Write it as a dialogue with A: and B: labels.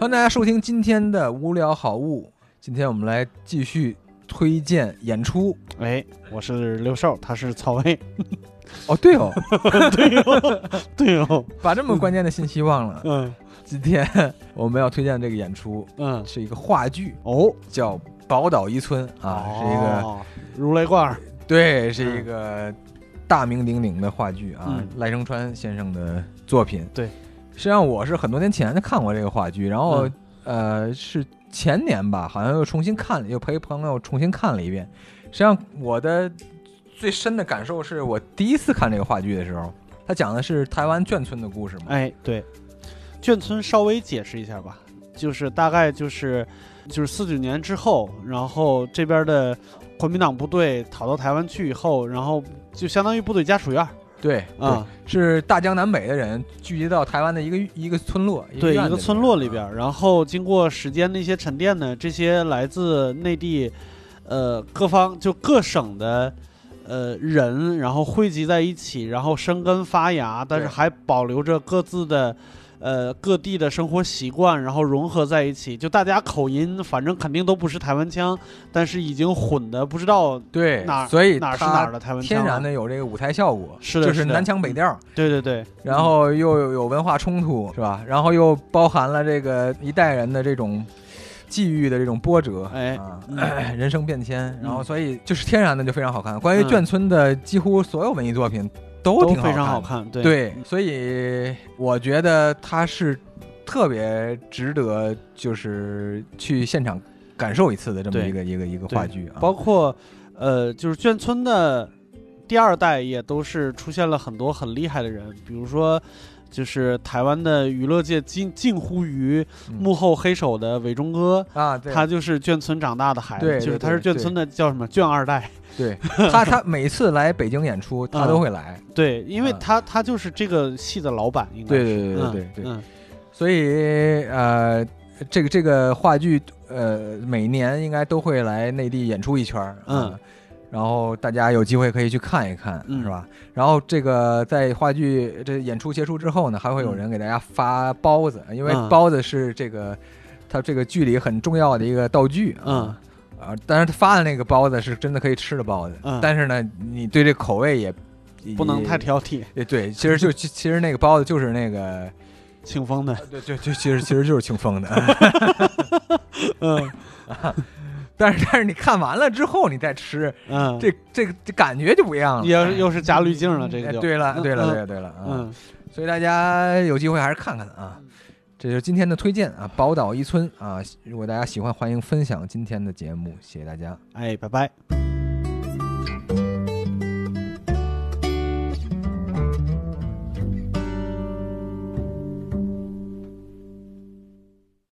A: 欢迎大家收听今天的无聊好物。今天我们来继续推荐演出。
B: 哎，我是六兽，他是曹魏，
A: 哦，对哦，
B: 对哦， 对哦，
A: 把这么关键的信息忘了。
B: 嗯
A: 今天我们要推荐这个演出
B: 嗯，
A: 是一个话剧，
B: 哦
A: 叫《宝岛一村》啊，是一个
B: 哦如雷贯耳，
A: 对，是一个大名鼎鼎的话剧啊，
B: 嗯
A: 赖声川先生的作品。
B: 对，
A: 实际上我是很多年前就看过这个话剧，然
B: 嗯
A: 后、呃是前年吧，好像又重新看了，又陪朋友重新看了一遍。实际上我的最深的感受是我第一次看这个话剧的时候，它讲的是台湾眷村的故事嘛。
B: 哎，对，眷村稍微解释一下吧，就是大概就是就是四九年之后，然后这边的国民党部队逃到台湾去以后，然后就相当于部队家属院儿
A: 对，
B: 啊，
A: 对是大江南北的人聚集到台湾的一个一个村落，
B: 对，
A: 院
B: 一
A: 子啊
B: 个村落里边儿，然后经过时间的一些沉淀呢，这些来自内地，呃，各方就各省的，呃，人，然后汇集在一起，然后生根发芽，但是
A: 对
B: 还保留着各自的，呃，各地的生活习惯，然后融合在一起。就大家口音，反正肯定都不是台湾腔，但是已经混的不知道
A: 对
B: 哪，儿
A: 所以
B: 哪儿是
A: 它
B: 哪儿的台啊湾腔
A: 天
B: 了
A: 然的有这个舞台效果，
B: 是的
A: 就是
B: 的
A: 南腔北调，
B: 对对对，
A: 然后又有有文化冲突，
B: 嗯
A: 是吧？然后又包含了这个一代人的这种际遇的这种波折，
B: 哎
A: 啊
B: 嗯
A: 人生变迁，然后
B: 嗯
A: 所以就是天然的就非常好看。关于
B: 嗯
A: 眷村的几乎所有文艺作品都
B: 都
A: 挺
B: 非常
A: 好
B: 好
A: 的，
B: 看，对嗯
A: 对，所以我觉得它是特别值得就是去现场感受一次的这么
B: 对
A: 一个一个一个
B: 对
A: 话剧啊，
B: 包括呃，就是眷村的第二代也都是出现了很多很厉害的人，比如说。就是台湾的娱乐界近近乎于
A: 嗯
B: 幕后黑手的伟忠哥，
A: 啊，对，
B: 他就是眷村长大的孩子，
A: 对
B: 就
A: 对
B: 是他是
A: 对
B: 眷村的叫什么眷二代，
A: 对他他每次来北京演出，他
B: 嗯
A: 都会来，
B: 对，因为
A: 嗯
B: 他他就是这个戏的老板，应该
A: 对
B: 是
A: 对对对对
B: 嗯
A: 对
B: 嗯
A: 所以呃，这个这个话剧呃，每年应该都会来内地演出一圈儿，
B: 嗯
A: 啊然后大家有机会可以去看一看，
B: 嗯
A: 是吧？然后这个在话剧这演出结束之后呢，还会有人给大家发包子，因为
B: 嗯
A: 包子是这个它这个剧里很重要的一个道具
B: 嗯
A: 啊。啊，当然他发的那个包子是真的可以吃的包子，
B: 嗯
A: 但是呢，你对这口味也
B: 不能太
A: 挑。
B: 挑剔，
A: 也对，其实就其其实那个包子就是那个
B: 清风的，
A: 对对，就其实其实就是清风的， 啊
B: 嗯
A: 但是但是你看完了之后你再吃，
B: 嗯，
A: 这这个这感觉就不一样了。
B: 也又是加滤镜了，这个
A: 哎
B: 就
A: 对了，
B: 嗯
A: 对了，
B: 嗯
A: 对了，对了啊！
B: 嗯
A: 所以大家有机会还是看看啊，这就是今天的推荐啊，《宝岛一村》啊。如果大家喜欢，欢迎分享今天的节目，谢谢大家。
B: 哎，拜拜。